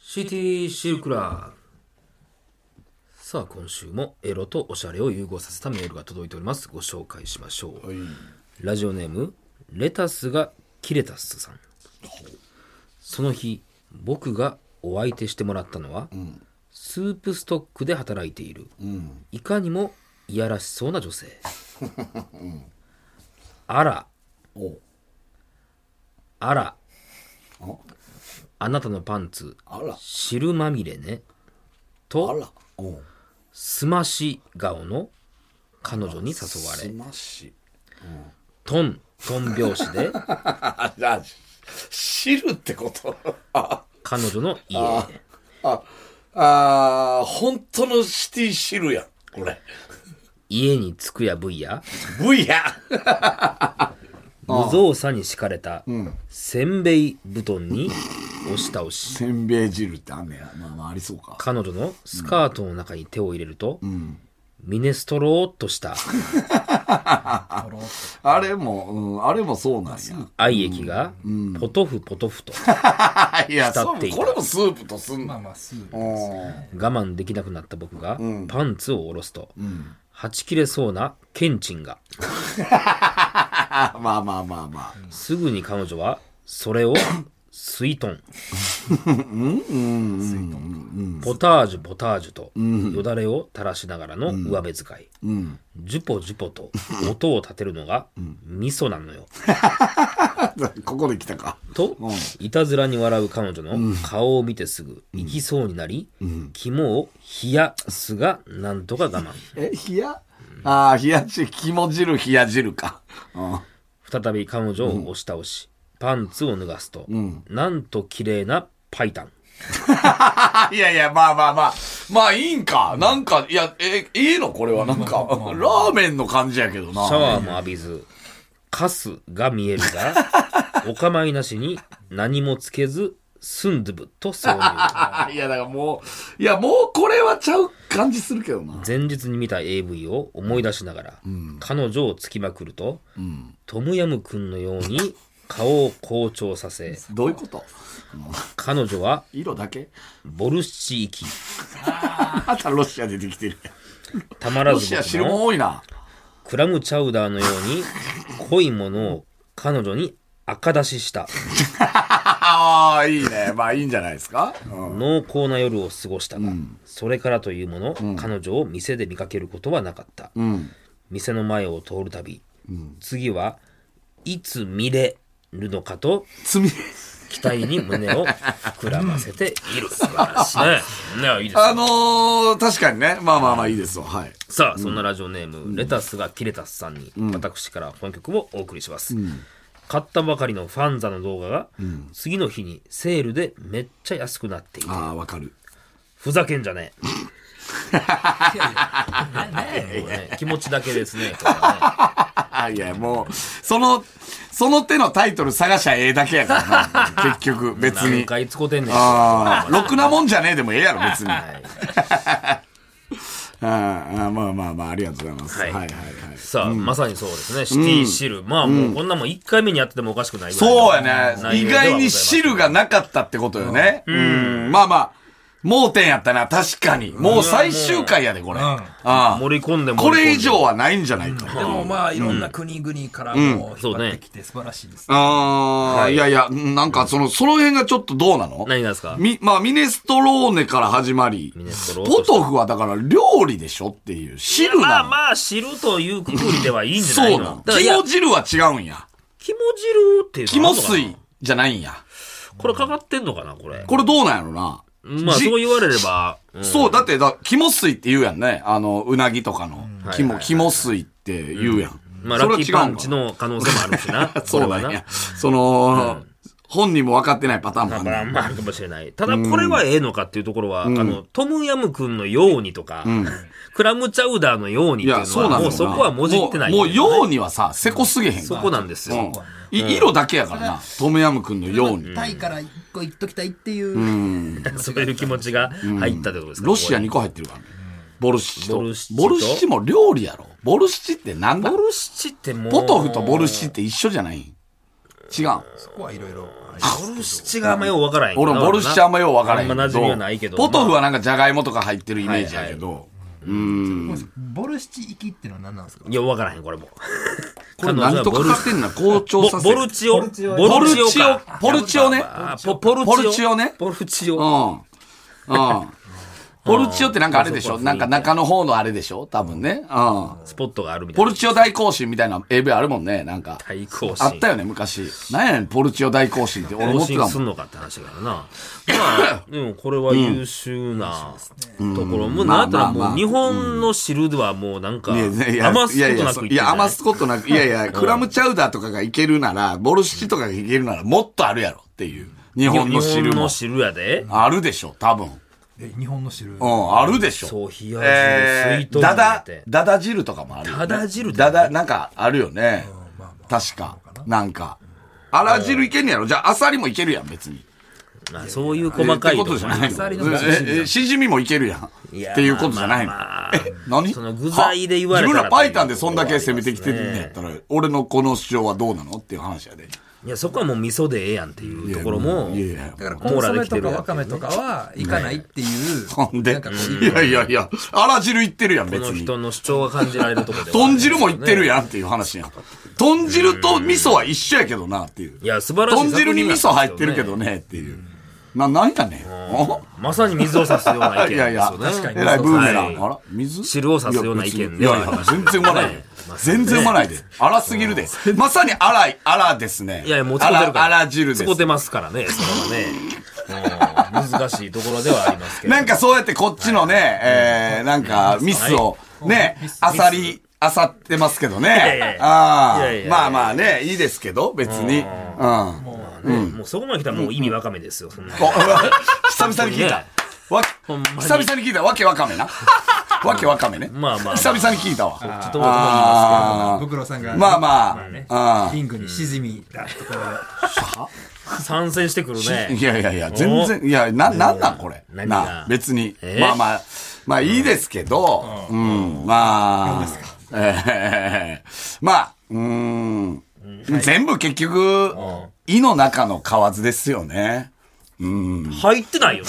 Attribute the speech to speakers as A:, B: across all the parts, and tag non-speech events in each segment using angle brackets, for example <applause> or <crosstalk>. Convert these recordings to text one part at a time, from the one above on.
A: シティシルクラブ。さあ、今週もエロとおしゃれを融合させたメールが届いております。ご紹介しましょう。ラジオネーム、レタスがキレタスさん。その日、僕がお相手してもらったのは、スープストックで働いている、いかにもいやらしそうな
B: <laughs>
A: 女性。あら、
B: お
A: あら
B: あ、
A: あなたのパンツ、
B: あら
A: 汁まみれね。
B: あ
A: と、
B: らお
A: すまし顔の彼女に誘わ
B: す
A: れ、
B: まし
A: トン、トン拍
B: <laughs>
A: 子で
B: ああ汁ってことあ
A: 彼女の家へ。
B: ああー本当のシティ汁やんこれ
A: 家に着くやぶいや、
B: V や
A: 無造作に敷かれた、せんべい布団に押し倒し、
B: せんべい汁ってあんねやまあまあありそうか
A: 彼女のスカートの中に手を入れると、ミネストローっ
B: <laughs>
A: とした
B: あれも、うん、あれもそうなんや
A: 愛液がポトフポトフと
B: あいや
A: 浸
B: そ
A: っ
B: う
A: ていた
B: これもスープとすん
C: まあ
B: の
C: まあスープ
A: 我慢できなくなった僕がパンツを下ろすと、はち切れそうなケンチンが
B: あまあまあまあまあ
A: すぐに彼女はそ <laughs> れをスイトンポタージュポタージュとよだれを垂らしながらの上辺使い、ジュポジュポと音を立てるのが味噌なのよ、
B: <laughs> ここで来たか
A: と、いたずらに笑う彼女の顔を見てすぐ行きそうになり、肝を冷やすがなんとか我慢
B: え冷やああ冷や汁肝汁冷や汁かうん
A: 再び彼女を押し倒し、パンツを脱がすと、なんと綺麗なパイタン
B: いやいや、まあまあまあ。まあいいんか。なんか、いや、え、いいのこれは。なんか、ラーメンの感じやけどな。
A: シャワーも浴びずカスが見える
B: <laughs>
A: がお構いなしに何もつけずスンドゥブと挿入
B: <laughs> いや、だからもう、いや、もうこれはちゃう感じするけどな。
A: 前日に見た AV を思い出しながら、彼女をつきまくると、トムヤムくんのように顔を好調させ
B: どういうこと
A: 彼女は
B: 色だけ <laughs>
A: ボルシチ行き
B: あたロシア出てきてるやん。
A: たまら
B: ロ
A: ず
B: シア
A: 僕
B: 汁
A: の
B: も多いな。 <laughs>
A: クラムチャウダーのように濃いものを彼女に赤出しした
B: ああ、いいね。まあいいんじゃないですか。うん
A: 濃厚な夜を過ごしたが、それからというもの、彼女を店で見かけることはなかった、店の前を通るたび、次はいつ見れるのかと
B: 罪。
A: 期待に胸を膨らませている <laughs> 素晴らしいねねいいですね
B: あのー、確かにね。まあまあまあいいですわ。はい。
A: さあ、そんなラジオネーム、レタスがキレタスさんに、私から本曲をお送りします、買ったばかりのファンザの動画が、次の日にセールでめっちゃ安くなっている
B: ああ、わかる。 <laughs>
A: ふざけんじゃねえもうね気持ちだけですねこれはね
B: あいや、もう、その、その手のタイトル探しゃええだけやからな。 <laughs> 結局、別
A: 何
B: に。
A: 回使うてんねん
B: ああ、ろくなもんじゃねえでもええやろ、別に。あ
A: はい
B: あまあまあまあ、ありがとうございます。
A: は
B: はいいはいはい。
A: さあ、まさにそうですねシティシル、まあもうこんなもん1回目にやっててもおかしくないぐらいの
B: そうやね。意
A: 内容ではござい
B: 外
A: ます
B: に汁がなかったってことよね。うん。まあまあ、盲点やったな、確かに。もう最終回やで、これ。
C: ん
B: ああ。
A: 盛り込んで盛り込んで
B: これ以上はないんじゃないか。
C: でもまあいろんな国々からも
A: ん
C: 引っ張ってきて素晴らしいです、
B: あ
A: は
B: あ、
A: い
B: いやいや、なんかその、その辺がちょっとどうなの
A: 何がですか
B: み、まあ、ミネストローネから始まり
A: ミネストロ、ーネ
B: ポトフはだから料理でしょっていう、汁
A: ま
B: な
A: あ
B: の。
A: まあ汁というくくりではいいんじゃない
B: そう
A: の
B: なの。
A: だからいや
B: 肝汁は違うんや。
A: 肝汁っていうの
B: 肝
A: はあんのかな
B: 水じゃないんや。
A: これかかってんのかなこれ。
B: これどうなんやろな。
A: まあ
B: じ
A: そう言われれば、うん
B: そう、だってだ、肝水って言うやんね。あの、うなぎとかの。
A: はいはいは
B: 肝、
A: い
B: 肝水って言うやん。
A: まあ
B: そ
A: ラ
B: れは
A: ッキーパ
B: 違う
A: ン
B: んか
A: チの可能性もあるしな。
B: <laughs> そう
A: これ
B: な
A: は
B: んや。その、本人も分かってないパターンもあ
A: だ
B: る
A: からまああるかもしれない。ただこれはええのかっていうところは、あの、トムヤムくんのようにとか、クラムチャウダーのようにっ
B: い
A: ていう
B: や、そう
A: の
B: な
A: は、
B: の
A: もうそこはもじってない。
B: もう、もうようにはさ、せこすぎへん
A: そ
B: から。
A: こなんですよ。
B: うんい色だけやからな。トムヤムくんのように。
C: タイから一個言っときたいっていう、
A: そういう気持ちが入ったってことですか
B: ロシア
A: に。
B: 2個入ってるからね。ボルシチと。
A: ボ
B: ボ
A: ル
B: ル
A: シ
B: シ
A: チ
B: チ
A: と
B: も料理やろ。ボルシチってなんだ
A: ボルシチってもう。
B: ポトフとボルシチって一緒じゃない違う。
C: そこはいろいろあり
A: ボルシチがあんまようわからへんけど
B: 俺もボルシチあんまよう分からへん
A: あんま馴染みはないけど。
B: ポトフはなんかじゃがいもとか入ってるイメージやけど。うん。
C: ますボルシチ行きってのは何なんですか
A: いや、わからへん、これも。
B: これなんとかかってんな、校長
A: ボ
B: させ
A: ボルチオ。ボルチオ
B: ボルチオ
A: か。
B: ポルチオね。
A: あポポルチオ。
B: ポルチオね
A: ポルチオ。
B: うん。うん。ポルチオってなんかあれでしょなんか中の方のあれでしょ多分ね。うん。
A: スポットがあるみたい
B: ポ
A: な。
B: ルチオ大行進みたいな AV あるもんね。なんか。
A: 対抗心。
B: あったよね、昔。なんやねん、ポルチオ大行進って。俺思
A: 更
B: ってた
A: 新
B: もん
A: す。んのかって話だからな。まあ、でもこれは優秀なところ。もうなんやったら
B: まあまあ
A: も
B: ま
A: う
B: あ
A: 日本の汁ではもうなんか、
B: いや
A: 余
B: い
A: す
B: やいや
A: ことなくいっ
B: い
A: てんじ
B: や、
A: ゃない
B: 余すことなく、いやいや、クラムチャウダーとかがいけるなら、ボルシチとかがいけるなら、もっとあるやろっていう。日
A: 日
B: 本の汁
A: 本
B: も
A: の。汁やで。
B: あるでしょ、多分。
C: え日本の
B: う
C: 汁
B: ん、あるでしょ。
A: そう、冷や
B: え
A: 汁、
B: ー、ダ
A: 水筒だ
B: ダ
A: っ、て。
B: ダダ汁とかもあるよね、
A: ダダ汁
B: ダダ、なんかあるよね。
C: まあま
B: 確か。なんか。あら汁いけんやろじゃあ、アサリもいけるやん、別に。
A: まあそういう細かい
B: ってことじゃない
C: サリ
B: の
C: の
B: えええシジミもいけるやん。
A: いや
B: っていうことじゃないの。
A: まあまあ
B: え、何
A: その具材で言われたら
B: は自分らパイタンでそんだけ攻めてきてるんやったら、俺のこの主張はどうなのっていう話やで。
A: いや、そこはもう味噌でええやんっていうところも、
B: いやいや
C: だから
A: コ
C: コ
A: ン
C: ン
A: ソ
C: ソ
A: メ
C: メ
A: と
C: と
A: か
C: か
A: わ
C: わ
A: か
C: かめとかは行かないっていう。
B: ほんで、
C: なんかこう
B: いやいやいや、あら汁いってるやん、
A: こ
B: 別
A: の
B: に。
A: 人の主張が感じられるところではあ
B: 豚
A: りますよ
B: 汁
A: ね
B: もいってるやんっていう話やん。豚汁と味噌は一緒やけどなっていう。
A: いや素晴らしい
B: 豚汁に味噌入ってるけどねっていう。な、なんやねん。お
A: まさに水を差すような意見
B: <laughs> いやいや、
A: ですよね
B: えらいブーメラ
A: はい
B: ン。あら、水
A: 汁を差すような意見
B: い
A: では
B: やい
A: ありま
B: や、
A: すよ
B: 全然生まない
A: ね
B: で。全然生まないで。荒すぎるで。まさに荒い、荒ですね。
A: いやいや、もう使ってるから。
B: 荒荒汁で
A: 使っ
B: す。
A: てますからね、それはね。うん難しいところではありますけど。
B: なんかそうやってこっちのね、えー、なんかミスを、ね、あさり、あさってますけど
A: やいやい
B: ね。
A: や
B: あ
A: い
B: あ
A: やいやいや
B: まあまあね、いいですけど、別に。うん。
A: ね、もうそこまで来たらもう意味わかめですよ、そんな。
B: お久々に聞いた
A: ね。
B: わ
A: <laughs> ほんまに
B: 久々に聞いた。わけわかめ
A: <laughs>
B: な。わけわかめね。
A: まあまあ
B: 久々に聞いたわ。
A: ちょっと僕も言います
B: あー
C: ブクロさんが。
B: まあまあ
C: ね
B: あー
C: リングにしじみだとか
A: けど。参戦してくるね。
B: いやいやいや、全然、いや、な、なんなんこれ。
A: 何が
B: なあ、別に
A: え。
B: まあまあ、まあいいですけど、うん、まあ、えーまあ、うーん、全部結局、胃の中の蛙ですよね。
A: 入ってないよ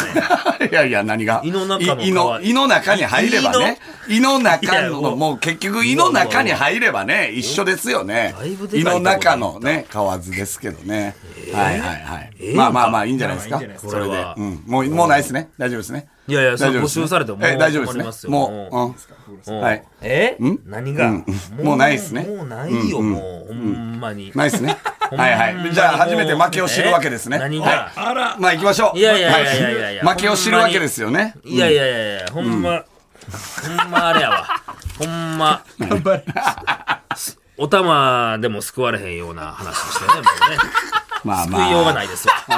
A: ね。
B: <laughs> いやいや、何が
A: 胃の中の皮
B: い胃の胃の中に入ればね。胃の中の、
A: いやも
B: も
A: う
B: う結局胃の中に入ればね、一緒ですよね
A: だいぶ。で
B: 胃
A: かい
B: の
A: とこだ
B: 中のね、蛙ですけどね。はいはいはい、まあまあまあ、いいんじゃないですか。
C: まあまあいいん
A: じ
B: そ
A: ゃない
B: れ
A: です
B: で
A: か。
B: うん。もう、もうないですね。大丈夫ですね。
A: いやいやそれ
B: 大丈夫ですね
A: 募集されてももう
B: え大丈
A: 困
B: 夫
A: り
B: で
A: ます
B: す
A: よ
B: ね。もう、
A: も
B: うん。
A: うん
B: はい
A: え
B: ん
A: 何が
B: んもうないっすね
A: もうないよ、もう。ほんまに。
B: ないですね。
A: ほんま
B: は
A: に
B: いはい。じゃあ、初めて負けを知るわけですね。
A: え何が
B: はい。まあ、行きましょう。
A: いやいやいやいやいやいや
B: はい負けを知るわけですよね。
A: いやいやいやいや、ほんま、ほんまあれ
B: <laughs>
A: やわ。ほんま、
C: 頑張れ。
A: お玉でも救われへんような話でしたよね、もうね。
B: <laughs> まあ
A: 救いようがないです
B: <laughs>
A: わ。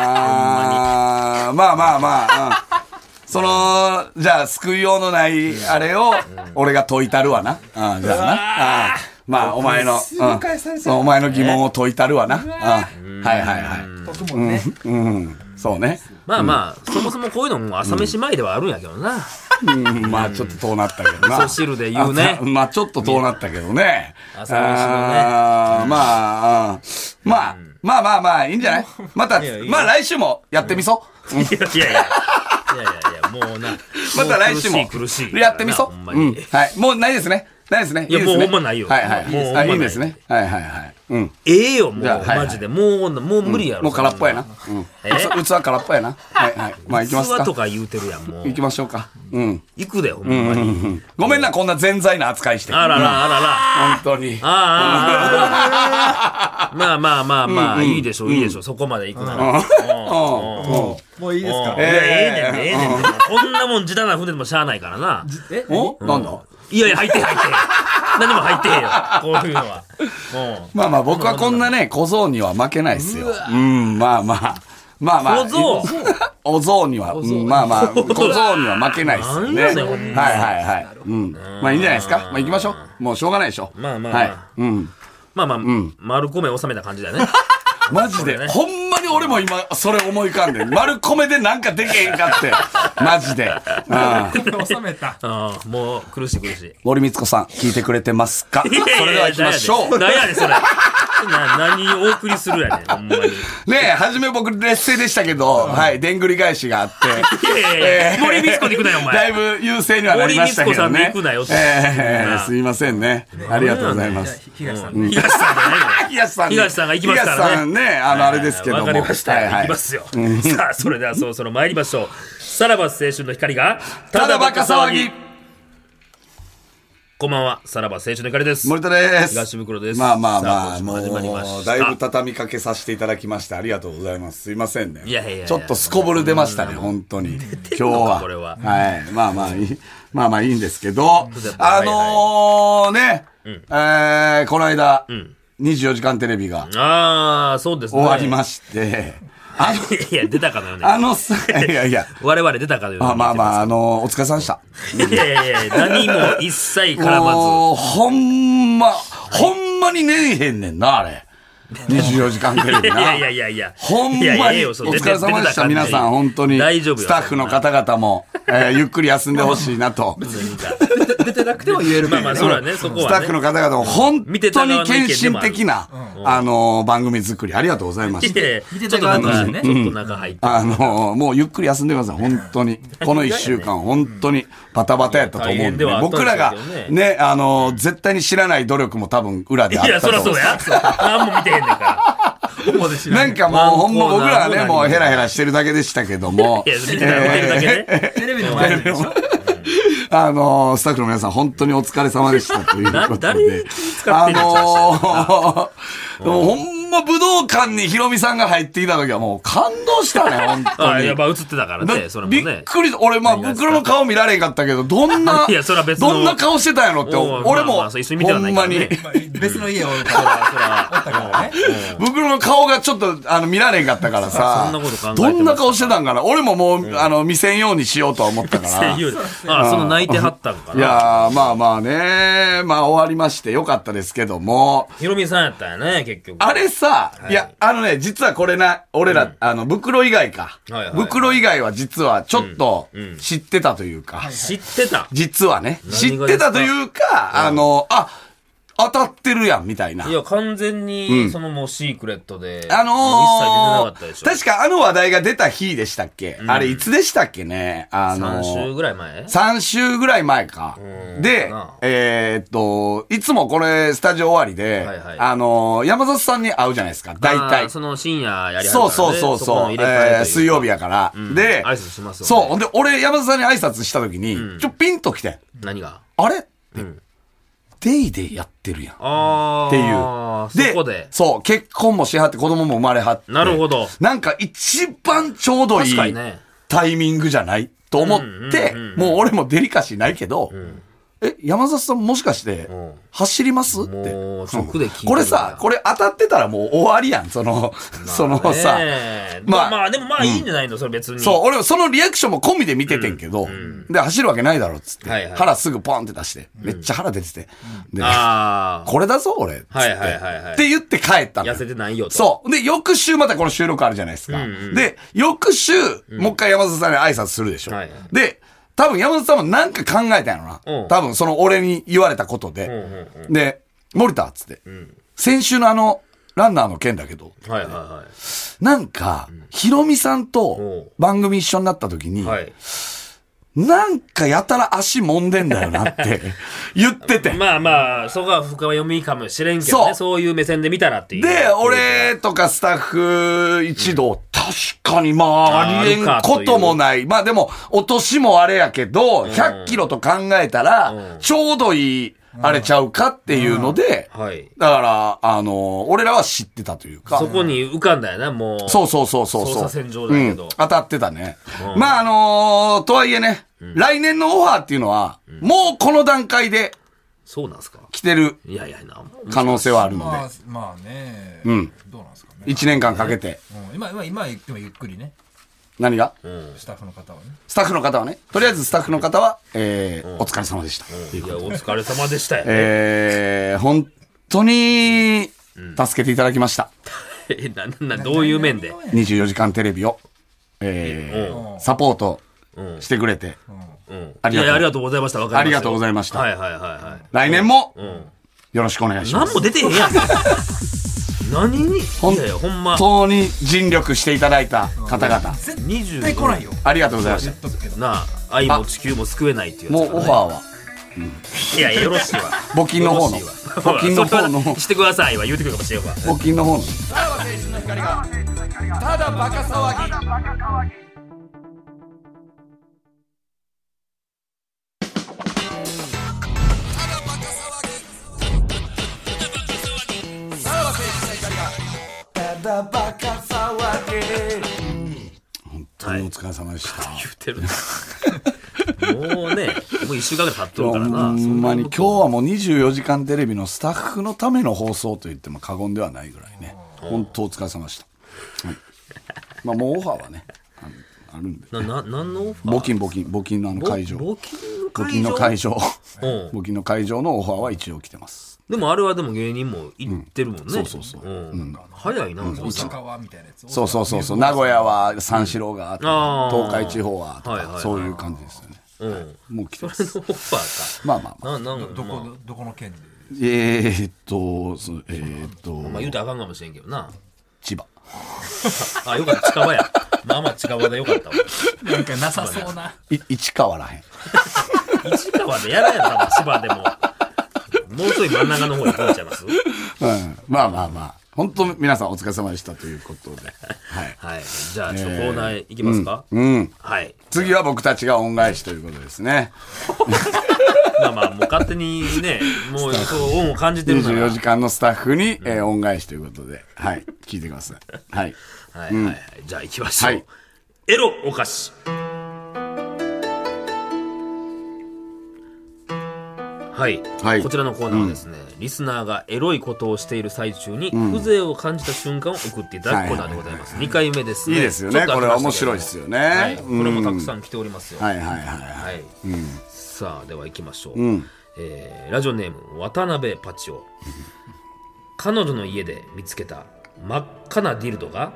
B: あーまあまあまあ、うんそのじゃあ救いようのないあれを俺が解いたるわな、うんじゃあな、うんまあお前の、
C: すぐ返されちゃ
B: う
C: うん
B: お前の疑問を解いたるわな、うんはいはいは
C: 僕もね。
B: い、うん、そうね、
A: まあまあ、そもそもこういうのも朝飯前ではあるんやけどな。
B: うん、まあちょっと遠なったけどな
A: 味噌汁で言うね
B: あまあちょっと遠なったけどね
A: 朝飯のね
B: あーまああーまあまあまあまあいいんじゃないまた
A: いやいいよ
B: まあ来週もやってみそう、
A: いやいやいや。いやいやいや、もうな。
B: <laughs> また来週も
A: う苦しい苦しい。
B: やってみそ
A: ほん
B: う。
A: ま
B: う
A: に。
B: んはい。もうないですね。ないですね。
A: いや
B: ですね
A: もうほんまないよ
B: はいはい。
A: もうほんま
B: あ
A: ない
B: いいですね。はいはいはい。うん。
A: ええよ、も
B: じゃあ
A: う、
B: はいはい
A: マジで。もう、もう無理やろ。
B: もう空っぽやな。
A: そ
B: うんん。
A: え
B: 器器空っぽやな。はいはい。まあ行きます
A: 器と
B: か。
A: か言うてるやん、もう
B: 行。きましょうか。うん。
A: 行くで、ほんまに。
B: ごめんな、こんな全在な扱いして。
A: あらら、あらら。
B: 本当に。
A: ああああああまあまあまあまあ、いいでしょう、いいでしょう、そこまで行くなら。
B: うんうん。
C: もういいですか
A: いやええねん、ええねんでも。こんなもん、時短な船でもしゃあないからな。
C: え
B: おなんだ
A: いやいや、入ってへん入ってへん。何でも入ってへんよ、こういうのは。うん
B: まあまあ僕はこんなね、小僧には負けないですよ。うん、まあまあ。まあまあ。
A: 小僧
B: <laughs> お像には、うんまあまあ、小僧には負けないですよね。はい
A: なんだ
B: は
A: よ
B: いはい。うん。まあいいんじゃないですか。まあ行きましょう。もうしょうがないでしょ。
A: まあまあまあ
B: はい。うん。
A: まあまあ、丸米収めた感じだよね。
B: マジ
A: これ
B: で、
A: ね <laughs>
B: ほんまに俺も今、それ思い浮かんでん、丸米でなんかでけへんかって、マジで。うん
C: 収めた。
A: ああ、もう苦しい苦しい。
B: 森光子さん、聞いてくれてますかそ
A: いやいや
B: れでは行きましょう。
A: 何やねん、何やねんそれ。な何をお送りするやねん、ほんまに。
B: ねえ、はじめ僕劣勢でしたけど、はい、でんぐり返しがあって。
A: いやいやいや、森光子に行くなよ、お
B: だ
A: 前。
B: いぶ優勢にはなりましたけどね。
A: 森光子さんで行くなよ
B: ええすいませんね。ありがとうございま
C: じゃあ
B: す。
C: 東さん、
A: 東さんじゃないのよ
B: 東さんね
A: 東さんが行きますからね
B: 東さんね、あの、あれですけども。
A: わかりました。
B: はいはい
A: 行きますよ。さあ、それではそろそろ参りましょう。さらば青春の光が、
B: ただバカ騒ぎ。
A: こんばんは、さらば青春の光です。
B: 森田です。
A: 東袋です
B: まあまあま
A: さあ
B: あ、
A: 今
B: も
A: 週も始まりました
B: う、だいぶ畳みかけさせていただきまして、ありがとうございます。すいませんね。
A: いやいやいや
B: ちょっとすこぶる出ましたね、本当に。今日は。
A: これは
B: はい。まあまあいい、まあまあいいんですけど、あのーね、えーこの間、24時間テレビが
A: ああ、そうですね。
B: 終わりまして、あの、
A: いや、出たかのよね。
B: あのさ、
A: <laughs>
B: いやいや、
A: 我々出たかのように
B: まあまあまあ、あのーお疲れさんでした。
A: いやいやいや、何も一切絡ま
B: もう、ほんま、ほんまにねえへんねんな、あれ。24時間テレ
A: ず。い
B: ビな。
A: やいやいやいや。
B: ほんま
A: い
B: に
A: や
B: お
A: いやええよそれ
B: 疲れ様でした、
A: 出て出てた感じ
B: 皆さん、本当に。
A: 大丈夫よ
B: スタッフの方々も、えーゆっくり休んでほしいなと。
C: 出てなくても言える
A: まあまあ、 <laughs> そらね、そこは、ね。
B: スタッフの方々も本
A: 見てた
B: 当
A: 側の
B: に
A: 意見
B: 献
A: でも
B: 身
A: ある
B: 的な、あのー、番組作り、ありがとうございました。
A: で
C: 見て
A: ちょ
C: た
A: っとな
C: 側
A: ん
C: の意
A: か、
C: 見ね
A: ちょっと中入って。
B: あのー、もうゆっくり休んでください、本当
A: <laughs>
B: に。この一週間、本当にバタバタやったと思
A: 大
B: うん
A: 変
B: で、
A: ではあったんです
B: 僕
A: けど
B: ら
A: ね
B: が、ね、あのー、絶対に知らない努力も多分裏であ
A: いや、
B: った
A: そら
B: と
A: そうや。何も見てへんねんから。
C: 思うでしな
B: ないんかもう、ほんま
A: ワンコー
B: 僕
A: ナ
B: ら
A: ー
B: はね、
A: も何も
B: もうヘラヘラしてるだけでしたけども。
A: いや、見てた見てるだけね。
B: <laughs>
C: テレビの前でしょ
B: あのースタッフの皆さん、本当にお疲れ様でしたというこ
A: な
B: と
A: 誰に
B: で
A: 気。使ってんの
B: あのー <laughs> もうほんま武道館にヒロミさんが入ってきた時はもう感動したね、本当
A: あ
B: に。
A: やっぱ映ってたからね、
B: だ
A: それも
B: びっ
A: ね。
B: くりした俺、まあ、
A: 何がですか
B: 僕らの顔見られへんかったけど、どんな、
A: <laughs> いやそれは別の
B: どんな顔してたんやろって、
A: おう
B: 俺
A: まあ
B: も、
A: まあそう一緒に見てはないからね
B: ほんまに、
C: まあ別の家をおるから
A: そら、
C: だからね。
B: 僕の顔がちょっとあの見られへんかったからさ、
A: <laughs> そんなこと考
B: ど
A: えてました
B: んな顔してたんかな俺ももう、あの、見せんようにしようとは思
A: <laughs>
B: ったから。
A: 声優であ、その泣いてはったんか
B: い
A: な。
B: やー、まあまあね、まあ終わりましてよかったですけども、
A: ヒロミさんやったんやね、結局。
B: あれさ、い、や、あのね、実はこれな、俺ら、あの、袋以外か、
A: はいはい
B: 袋以外は実はちょっと知ってたというか、
A: 知ってた。
B: 実はね、知
A: 何
B: っ
A: が
B: てた
A: です
B: と
A: か
B: いうか、あの、あ、当たってるやん、みたいな。
A: いや、完全に、そのもうシークレットで、
B: あ
A: もう
B: の
A: 一切出てなかったでし
B: ー、
A: ょ。
B: 確かあの話題が出た日でしたっけ、あれいつでしたっけねあのー、
A: 3週ぐらい前
B: 3週ぐらい前か。で
A: なあ、
B: えーっと、いつもこれ、スタジオ終わりで、
A: はいはい
B: あのー、山里さんに会うじゃないですか、大
A: あー
B: 体。
A: その深夜やりはるからね
B: そうそうそう
A: こ
B: そ
A: の
B: う、
A: 入れ替えという
B: えー
A: か
B: 水曜日やから。で
A: 挨、拶しますよね
B: そう、ほんで、俺、山里さんに挨拶した時に、ちょ、ピンと来て、
A: 何が
B: あれデイデイやってるやん。
A: ああ。
B: っていう。
A: そこで。
B: そう、結婚もしはって子供も生まれはって。
A: なるほど
B: なんか一番ちょうどいい
A: 確かにね
B: タイミングじゃないと思って、もう俺もデリカシーないけど、え、山里さんもしかして
A: ん、
B: 走りますって。
A: もう直で聞いてる
B: これさ、これ当たってたらもう終わりやん、その、そのさ。
A: ねえ
B: ま
A: ま
B: あ
A: あ、まあ、でもまあいいんじゃないのそれ別に。
B: そう、俺はそのリアクションも込みで見ててんけど、で、走るわけないだろ、つって、
A: はいはい
B: 腹すぐポンって出して、めっちゃ腹出てて、で、
A: ああ。
B: これだぞ、俺。つって
A: はいはいはいはい
B: って言って帰ったのよ
A: 痩せてないよと。
B: そう。で、翌週またこの収録あるじゃないですか。で、翌週、もう一回山里さんに挨拶するでしょ。
A: はい
B: で、多分山里さんもなんか考えたんやろな。
A: うん
B: 多分その俺に言われたことで。で、森田っつって、先週のあの、ランナーの件だけど、
A: はいはいはい。
B: なんか、ヒロミさんと番組一緒になった時に、
A: はい。
B: なんかやたら足揉んでんだよなって
A: <laughs>
B: 言ってて。
A: まあまあ、そこは深読みかもしれんけどね。
B: そ
A: そうういう目線で見たらっていう。
B: で、、俺とかスタッフ一同、確かにまあ、
A: あー
B: ありえんこともない。まあでも、お年もあれやけど、100キロと考えたら
A: う、ん
B: ちょうどいい、あれちゃうかっていうので、
A: はい。
B: だから、あの、俺らは知ってたというか。
A: そこに浮かんだよな、もう。
B: そうそうそうそうそう。
A: 捜査線上だけど
B: うん当たってたね。まあ、あのーとはいえね、来年のオファーっていうのは、もうこの段階で
A: そうなんすか
B: 来てる
A: いやいやな。
B: 可能性はあるの
C: まあ
B: で、、
C: まあね。どうなんですかね。
B: 1年間かけて、
C: うん今、今、今言ってもゆっくりね。
B: 何が
C: スタッフの方はね。
B: スタッフの方はね、とりあえずスタッフの方は、えー、お疲れ様でした。
A: いや、お疲れ様でしたよ。
B: えー、本当に、助けていただきました。
A: え、な、な、どういう面で
C: 何をや
B: 24時間テレビを、えー、サポートしてくれて。
A: うん
B: ありがとう
A: いやいやありがとうございました。わかりました
B: ありがとうございました
A: はいはいはいは
B: 来年も
A: い。うん。
B: よろしくお願いしま
A: 何
B: す。
A: も出てへんやん。何に
B: 本
A: いやいや、ほんま。
B: 当に尽力していただいた方々、
A: 20
C: 絶対来ないよ
B: ありがとうございまし
C: 言っとくけど
A: なあ、愛も地球も救えないっていう
B: た。
A: や
B: も
A: つから
B: うオフ
A: ね
B: ァーは
A: いや、よろしいわ。
B: 募金の方
A: <laughs>
B: の
A: よろしいわ
B: 募金の方の
A: それはしてくださいは言うてくるかもしれ
B: <laughs>
A: んわ。
B: 募金の方の。
C: ただバカ騒ぎ
B: 本当にお疲れ様でした。
A: 言うてるなもうね、もう一週間ぐらい経っとる
B: ほ
A: からな。
B: んまに今
A: そんなこと
B: 日はもう24時間テレビのスタッフのための放送と言っても過言ではないぐらいね。本当お疲れ様でした。はい、まあもうオファーはね、あのあるんで。
A: な、な、何のオファー
B: 募金募金、募金のあの
A: ぼ
B: 会場。
A: 募金の会
B: 募金の会場。
A: 場うん
B: <laughs> 募金の会場のオファーは一応来てます。
A: でもあれはでも芸人も行ってるもんね。
B: そうそうそうん
A: 早いな、そ
C: 大
A: うそう
C: 阪はみたいなやつ
B: そうそうそうそう。名古屋は三四郎が、
A: あー
B: 東海地方はと
A: はいはいは
B: か、
A: い
B: そういう感じですよね。
A: うん。
B: もう来て
A: それ
B: ま
A: の
B: す。
A: オファーか。
B: まあまあまあ。
A: な、なんか、
C: ど
A: ま
C: こ
A: あ、
C: どこの県で
B: えー、っと、そえー、っと、
A: まあ言うてあかんかもしれんけどな。
B: 千葉。
A: あ、よかった、近場や。まあまあ近場でよかったわ。
C: なんかなさそうない
B: 市川らへん。
A: 市川でやらんやろ、多分千葉でも。もうちょい真ん中の方に行っちゃいます
B: うんまあまあまあ。本当皆さんお疲れ様でしたということで。 <laughs> はい。
A: はい。じゃあ、ちょっとコーナー行きますか、
B: うん。
A: はい。
B: 次は僕たちが恩返しということですね。
A: まあまあ、もう勝手に
B: <laughs>
A: ね、もう、そう、恩を感じてるなら。
B: 24時間のスタッフに、えー恩返しということで。はい。聞いてください。はい。
A: はいはいはい。じゃあ行きましょう。
B: はい
A: エロお菓子。はい、
B: はい
A: こちらのコーナーはですね、リスナーがエロいことをしている最中に風情を感じた瞬間を送っていただくコーナーでございます、2回目ですね
B: いいですよね
A: ちょっと飽
B: こ
A: きましたけども
B: れは面白いですよね
A: はい、こ
B: うん
A: れもたくさん来ておりますよ、
B: はいはいは
A: はいさあでは行きましょう、えーラジオネーム渡辺パチオ彼女の家で見つけた真っ赤なディルドが、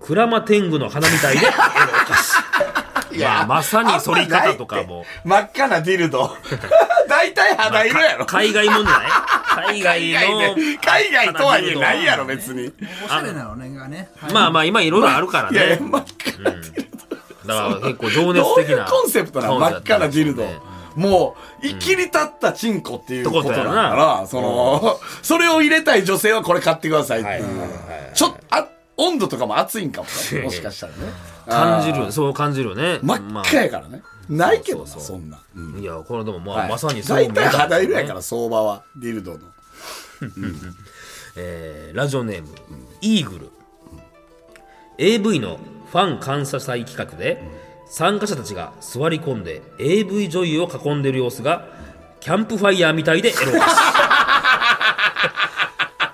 A: クラマテングの花みたいでエロおかし
B: <laughs> い。
A: いまあまさに反り方とかも
B: 真っ赤なディル <laughs> ド。大体肌色やろ。
A: 海外もんじゃない海外
B: 海
A: の
B: 外で。海外とはいえないやろ、別に。
C: おしゃれなのねがね
A: まあまあ今いろいろあるから
B: いやいや、
A: ね、
B: 真っ赤なディルド。
A: だから結構情熱
B: どう
A: 的
B: い
A: な
B: うコンセプトなの真っ赤なディルド
A: そうだったんで。
B: もう、生きり立ったチンコっていうことだか
A: ってことや
B: ら、
A: な
B: その、それを入れたい女性はこれ買ってくださいっていう
A: はいはいはいはい
B: ちょっと、あ、温度とかも熱いんかも
A: <laughs>
B: ね。もしかしたらね。
A: 感じるそう感じるよ
B: あ
A: ね
B: ー。真っ赤やからね。ないけどな、
A: そうそうそ
B: そうそんな。うん
A: まあいやこれでもまあ、
B: はい
A: まさにそう
B: 大体
A: 目だ
B: 肌色や
A: ね
B: から、相場は、ディルドの。
A: えーラジオネーム、イーグル、AV のファン感謝祭企画で、参加者たちが座り込んで AV 女優を囲んでいる様子がキャンプファイヤーみたいでエロです <laughs>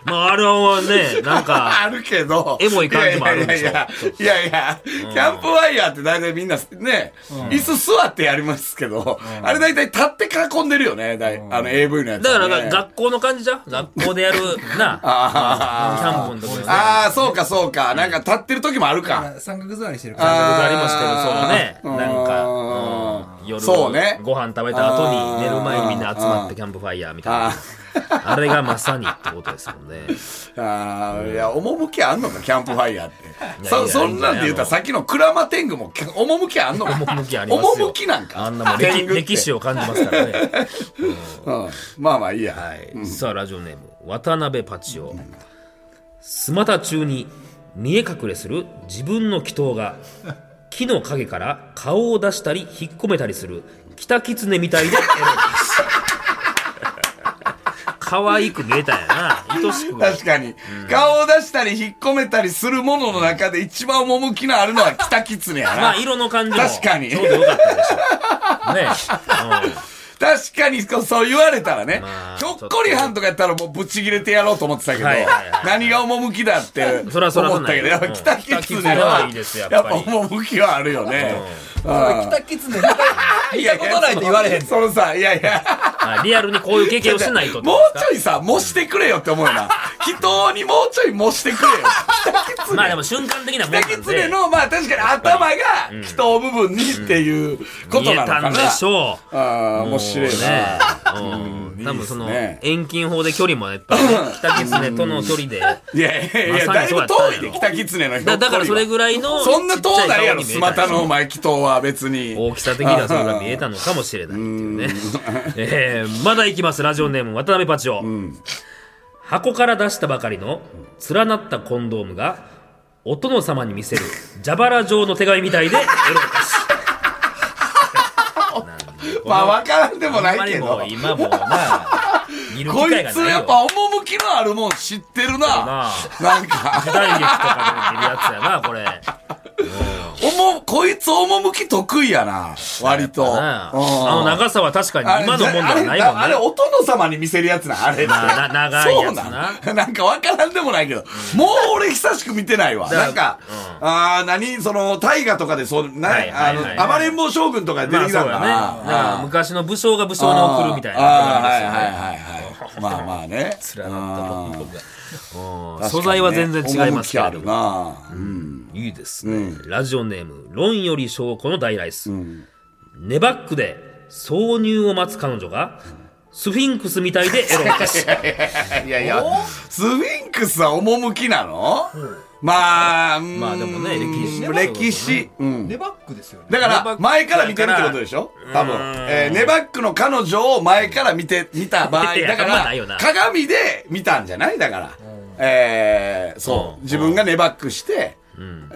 A: まああれはねなんか
B: <laughs> あるけど。
A: エモい感じもあるんでし
B: い
A: ょ
B: やいやいや、いやいやキャンプファイヤーって大体みんなね、椅子座ってやりますけど、あれ大体立って囲んでるよね、大あの AV のやつね。
A: だからなんか学校の感じじゃん学校でやるなキ
B: あ
A: ャンプのとこでね
B: ああー、そうかそうか。なんか立ってる時もある
C: だ
B: か
C: か。ら三角座りしてる
A: あ
C: 感
A: りましたけどそのね
B: あー
A: なんか
B: あー
A: うん夜
B: そうね
A: ご飯食べた後に寝る前にみんな集まってキャンプファイヤーみたいな
B: あ
A: あれがまさにってことですもんね。 <laughs>
B: ああ、いや、趣あんのか、キャンプファイヤーって。
A: <laughs> いやい
B: そ、
A: や
B: そんなんで言ったら、さっきのクラマテングも、趣あんのか。
A: 趣ありますよ。
B: 趣なんか。
A: あんなもん
B: テン
A: 歴
B: グって
A: 歴史を感じますからね。
B: うんまあまあいいや。
A: はい、さあラジオネーム渡辺パチオスマタ中に見え隠れする自分の祈祷が木の陰から顔を出したり引っ込めたりする北狐みたいでエロいです可愛く見えたんやな愛しくは
B: 確かに、顔を出したり引っ込めたりするものの中で一番趣のあるのは北狐やな、
A: まあ色の感じも
B: 確かに
A: ちょうどよかったでしょね、うん
B: 確かにこうそう言われたらね、
A: まあ
B: ひょっこりはんとかやったらもうぶち切れてやろうと思ってたけど、
A: はいはいはい
B: 何が趣だって思
A: そらそらそ
B: っ
A: ん
B: た
A: なん
B: け
A: や
B: どやっぱ
A: うん
B: 北狐
A: 北狐
B: は
A: はいいですよ
B: や
A: や
B: っ
A: っぱり
B: ぱ趣はあるよね、あ
C: じ北キツネ見た見たことないって言われへん
B: そのさいやいや
A: あリアルにこういう経験をしないとって
B: も
A: こ
B: う
A: とですか
B: ちょいさ
A: <laughs>
B: 模してくれよって思うよな人にもうちょい模してくれよ北狐
A: まあでも瞬間的なもんな
B: キ
A: ん
B: タキツネ
A: で
B: の、まあ確かに頭が気頭部分にっていうこ
A: 見
B: と
A: え
B: なのか
A: た
B: な。
A: んでしょう
B: ああ、面白い
A: ね
B: な。
A: うん多分その
B: いいですね
A: 遠近法で距離もや
B: <laughs>
A: っぱりね北狐との距離で
B: いやいやいや、
A: まさ
B: だ
A: に
B: い
A: そう
B: ぶ
A: やったんやろ
B: 遠いで、キタキツネのひょっこ
A: だ
B: り
A: だ
B: は
A: からそれぐらい
B: <laughs>
A: の
B: そんな遠ないやろ、
A: ちっち
B: ス
A: ゃ
B: マ
A: 顔に見えた
B: タ
A: り
B: のお前、祈祷は別に。
A: 大きさ的にはそれが見えたのかもしれないっていうね。 <laughs> えーまだいきます、ラジオネーム、渡辺パチオ。箱から出したばかりの連なったコンドームが、お殿様に見せる蛇腹状の手紙み
B: <laughs>
A: たいでエロい
B: まあ、わからんでも
A: あん
B: な
A: ま
B: い
A: り
B: け
A: も
B: ど
A: う。今もうな、
B: <laughs>
A: 見る機
B: こい
A: 会が
B: つ
A: ない
B: やっ
A: よ。
B: ぱ趣のあるもん知ってるな。
A: なあ
B: なんか、
A: 時代劇とかで見るやつやな、これ。
B: おも、こいつ趣得意やな。割と。
A: なあ
B: うん
A: あの長さは確かに
B: あれ
A: 今のもんではないもんね。
B: あれ、お殿様に見せるやつな、あれ。
A: まあな長いやつな
B: そうなん <laughs> なんかわからんでもないけど、もう俺久しく見てないわ。
A: から
B: なんか、ああ、何、その、大河とかで、そう、な、
A: はいはいはい
B: あの、暴れん坊将軍とかで出
A: ま
B: て
A: あ
B: き
A: そ
B: た
A: うん
B: だ
A: や
B: な
A: ね。だから昔の武将が武将に送るみたいな。
B: あーはいはいはいはい。まあまあね。
A: 連なった僕が。
B: うん
A: 素材は全然違いますけれど
B: 趣
A: も。
B: あるな。うん。
A: いいですね。ラジオネーム、論より証拠の大ライス。ネバックで挿入を待つ彼女が、スフィンクスみたいでエロいです。
B: い <laughs> やいや、スフィンクスは趣なのまあ、ま
A: まあでもね歴史ね
B: 歴史。うん
C: ネバックですよね。
B: だか
A: ネバッ
B: ら、
A: ク
B: 前から見てるってことでしょ多分。えーネバックの彼女を前から見て、見た場合、
A: いや
B: だか
A: まあないよ
B: ら
A: な、
B: 鏡で見たんじゃないだから。えーそう。自分がネバックして、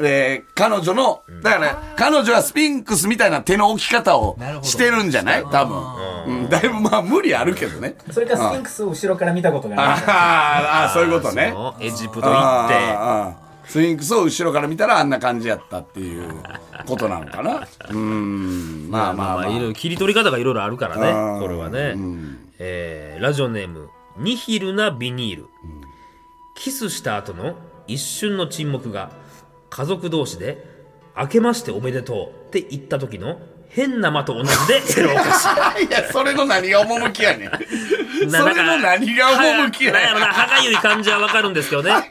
B: で、彼女の、だから、彼女はスピンクスみたいな手の置き方を
D: なるほど
B: してるんじゃない多分。うんだいぶまあ無理あるけどね。
D: それからスフィンクスを後ろから見たことが
B: あ
D: ある。
B: ーあー、そういうことね。
A: そうエジプト行っ
B: あ
A: て、
B: ーあースフィンクスを後ろから見たらあんな感じやったっていうことなのかな。うーん、まあまあ
A: ま
B: ま
A: あ
B: あ。
A: いろいろ切り取り方がいろいろあるからね、
B: うん
A: これはね。えーラジオネーム、ニヒルなビニール。キスした後の一瞬の沈黙が、家族同士で、明けましておめでとうって言った時の変な間と同じ
B: <laughs>
A: でエロおかしい。
B: いや、それの何が趣やねん。それの何が趣や
A: なん
B: ね
A: やろな、歯がゆい感じはわかるんですけどね。
B: <laughs>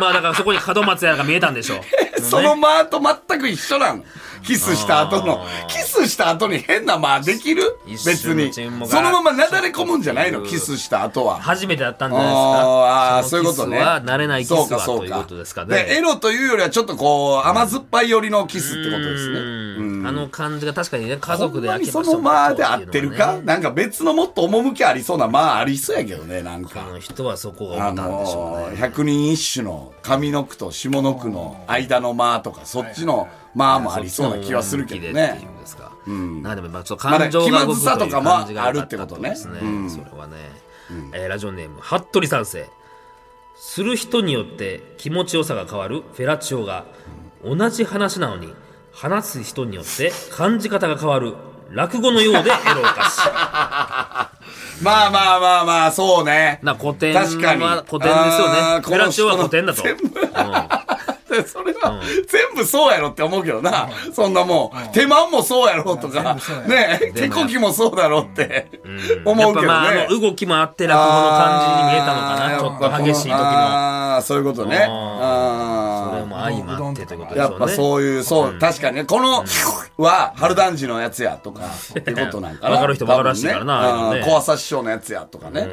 A: まあだからそこに門松やらが見えたんでしょう。
B: ん。その間と全く一緒なの。キスした後の。キスした後に変な間できる
A: 一
B: 別
A: 瞬の
B: に。
A: 沈黙が
B: そのままなだれ込むんじゃないの
A: そう
B: キスした後は。
A: 初めてだったんじゃないですか。
B: ああー、そういうことね。
A: キスは慣れないキス
B: そう
A: は
B: かそう
A: ということですかね。
B: エロというよりはちょっとこう、甘酸っぱい寄りのキスってことですね。
A: うんあの感じが確かにね、家
B: ほ
A: 族
B: ん
A: で
B: ま
A: 開
B: に
A: けま
B: そ
A: して
B: の
A: おめでとう
B: 間
A: っ
B: で
A: ていうのはね
B: 合ってるか、なんか別のもっと趣ありそうな間ありそうやけどね、なん
A: あ
B: か。
A: の人はそこが
B: あ
A: 思ったんでしょうね。
B: のー、百人一首の上の句と下の句の間の間とか、そっちの間もありそうな気はするけど
A: そっちの向きでってい
B: ね
A: う。んですか。なんでもまあちょっと感情が動くという感じがなかたですね。それはね、えーラジオネーム服部三世。する人によって気持ちよさが変わるフェラチオが同じ話なのに話す人によって感じ方が変わる落語のようでエロおかしい。
B: まあまあまあまあ、そうね。
A: な古典は
B: 確かに
A: 古典ですよ
B: あー
A: ね。フェラチオは古典だと。
B: この人の
A: うん
B: でそれは、全部そうやろって思うけどな。そんなもん、手間もそうやろとか、ね、手こきもそうだろって、 <laughs> 思うけど
A: やっぱまああ
B: ね
A: の。動きもあって落語の感じに見えたのかなちょっと激しい時の
B: あーそういうことね。
A: それ
B: あ
A: も相まってということ
B: ー
A: でし
B: や
A: ょうね
B: っぱそういう、そう、確かにね、このは、春団治のやつやとか、ってことなんかな。
A: わかる人わからんしからな
B: 多分
A: あれ
B: ね。う
A: ね
B: ん小朝師匠のやつやとかね。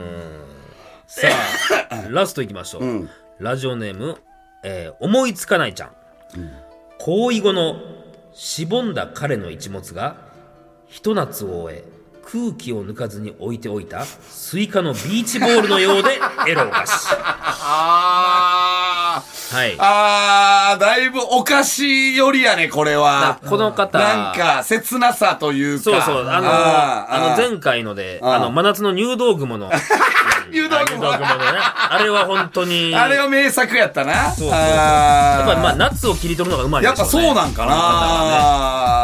A: さあラストいきましょう、ラジオネーム、えー思いつかないちゃん」行為後のしぼんだ彼の一物がひと夏を終え空気を抜かずに置いておいたスイカのビーチボールのようでエロおかし
B: あー。
A: い、はい、
B: あー、だいぶお菓子よりやね、これは。
A: この方
B: なんか、切なさというか。
A: そうそうあの
B: あー
A: あの
B: あー
A: 前回のであの真夏の入道雲の
B: <laughs> 入道
A: 入道
B: 雲
A: 雲のねあれは本当に
B: あれは名作やったな。やっ
A: そうそうやっぱりまあ夏を切り取るのがうまいで
B: や
A: しょ
B: っ
A: うね
B: ぱそうなんか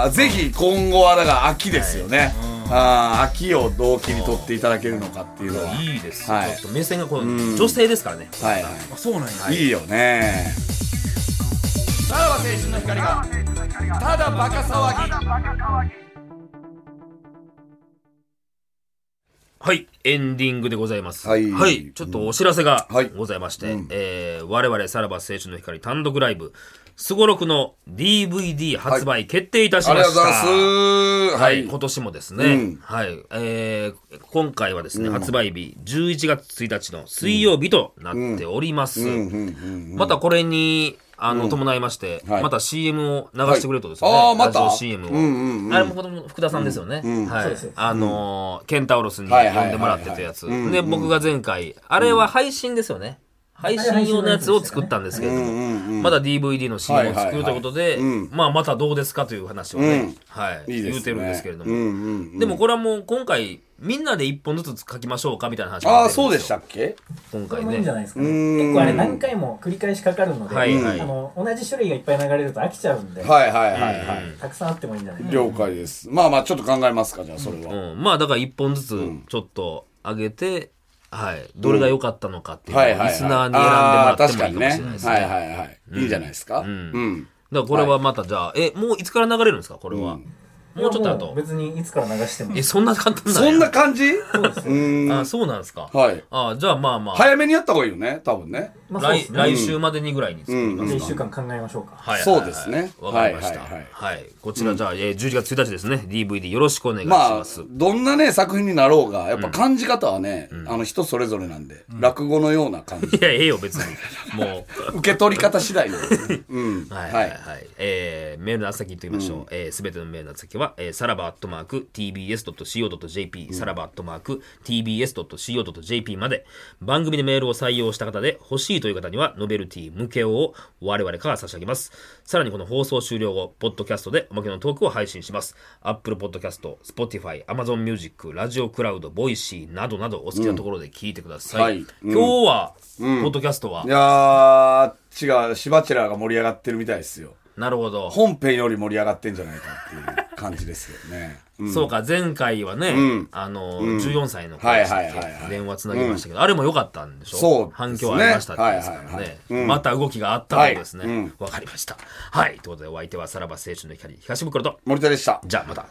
B: な、ぜひ今後はだから秋ですよね、あー秋をどう切り取っていただけるのかっていうのは、
A: いいです、
B: はい
A: ちょっと目線がこの女性ですからね、
B: はい
C: あ、そうなんや。
B: い、いよねさらば青春の光がただバカ騒ぎ
A: はい、エンディングでございます。
B: はい
A: ちょっとお知らせが
B: はい
A: ございまして、えー我々さらば青春の光単独ライブ、すごろくの DVD 発売決定いたし
B: あり
A: ま
B: がとう
A: し
B: ござ
A: た。
B: います。
A: は、
B: はいい。
A: 今年もですね、
B: うん
A: はい、えー今回はですね、発売日11月1日の水曜日となっております。またこれに、あの、伴いまして、
B: はい
A: また CM を流してくれるとですね、
B: はいあーまた
A: ラジオ CM を、
B: んうん
A: あれもこの福田さんですよね。はい、あのーケンタウロスに呼
B: はいはいはい
A: んでもらってたやつ。で、僕が前回、あれは配信ですよね。配信用のやつを作ったんですけれども、まだ DVD の CM を作るということで、まあまたどうですかという話をね、はい、
B: いいです
A: 言う
B: ね
A: てるんですけれども、
B: うんうん
A: でもこれはもう今回みんなで一本ずつ書きましょうかみたいな話
B: あ
A: が
B: あ、
A: 出てる
B: そ
A: ん
B: う
A: で
B: ですした
A: よ
B: っけ
A: でした今
D: これ
A: 回
D: もいいんじゃな
A: ね
D: いですかね。結構あれ何回も繰り返しかかるので、
A: はいはい
D: あの同じ種類がいっぱい流れると飽きちゃうんで、
B: はいはいはいは
D: たくさんあってもいいんじゃない
B: い。
D: ですか。
B: 了解です。まあまあ、ちょっと考えますか、じゃあ、それは。
A: うん、まあだから一本ずつちょっと上げて、はいどれが良かったのかっていうのをリスナーに選んでもらってもいいかもしれないですね
B: あー確かにね。はいはいはい。いいじゃないですか。うん。
A: だからこれはまたじゃあえもういつから流れるんですかこれは、もうちょっと
D: いやも
A: 後
D: う別にいつから流しても
A: え。そんな簡単なんや
B: そんな感じうん。
A: あそうなんですか
B: はい
A: あじゃあまあまあ、
B: 早めにやった方がいいよね、多分ね。
D: まあそうで
A: 来
D: すね。
A: 来週までにぐらいに作ります、
D: じゃあ一週間考えましょうか。
A: はいはいはい
B: そうですね
A: わかりました。は
B: はいいはいはい
A: こちら、じゃあ、えー11月1日ですね。DVD よろしくお願いし
B: ま
A: ま
B: あ
A: す。、
B: どんなね、作品になろうが、やっぱ感じ方はね、あの人それぞれなんで、落語のような感じ
A: <laughs> い。や、ええよ、別に。もう。
B: 受け取り方次第なんでねうん。
A: <laughs> はいはいはい
B: は。
A: えーメールの宛先と言いましょう。えすべてのメールの宛先は、えー、さらばアットマーク tbs.co.jp、さらばアットマーク tbs.co.jp まで、番組でメールを採用した方で欲しいという方には、ノベルティ向けを我々から差し上げます。さらにこの放送終了後、ポッドキャストでおまけのトークを配信します。Apple Podcast、Spotify、Amazon Music、ラジオクラウド、ボイシーなどなどお好きなところで聞いてください。
B: はいうん、
A: 今日は、ポッドキャストはい
B: やー、違う、シバチェラーが盛り上がってるみたいですよ。
A: なるほど。
B: 本編より盛り上がってんじゃないかっていう感じですよね。うん
A: そうか、前回はね、あの、14歳の子
B: はい
A: でした
B: は
A: っ
B: いはい
A: け
B: はい
A: 電話つなぎましたけど、あれも良かったんでしょ
B: そうですね
A: 反響ありましたってですからね、
B: はいはいはいうん
A: また動きがあったんですね。わ、
B: はいうん
A: かりました。はい、ということでお相手はさらば青春の光、東袋と、
B: 森田でした。
A: じゃあまた。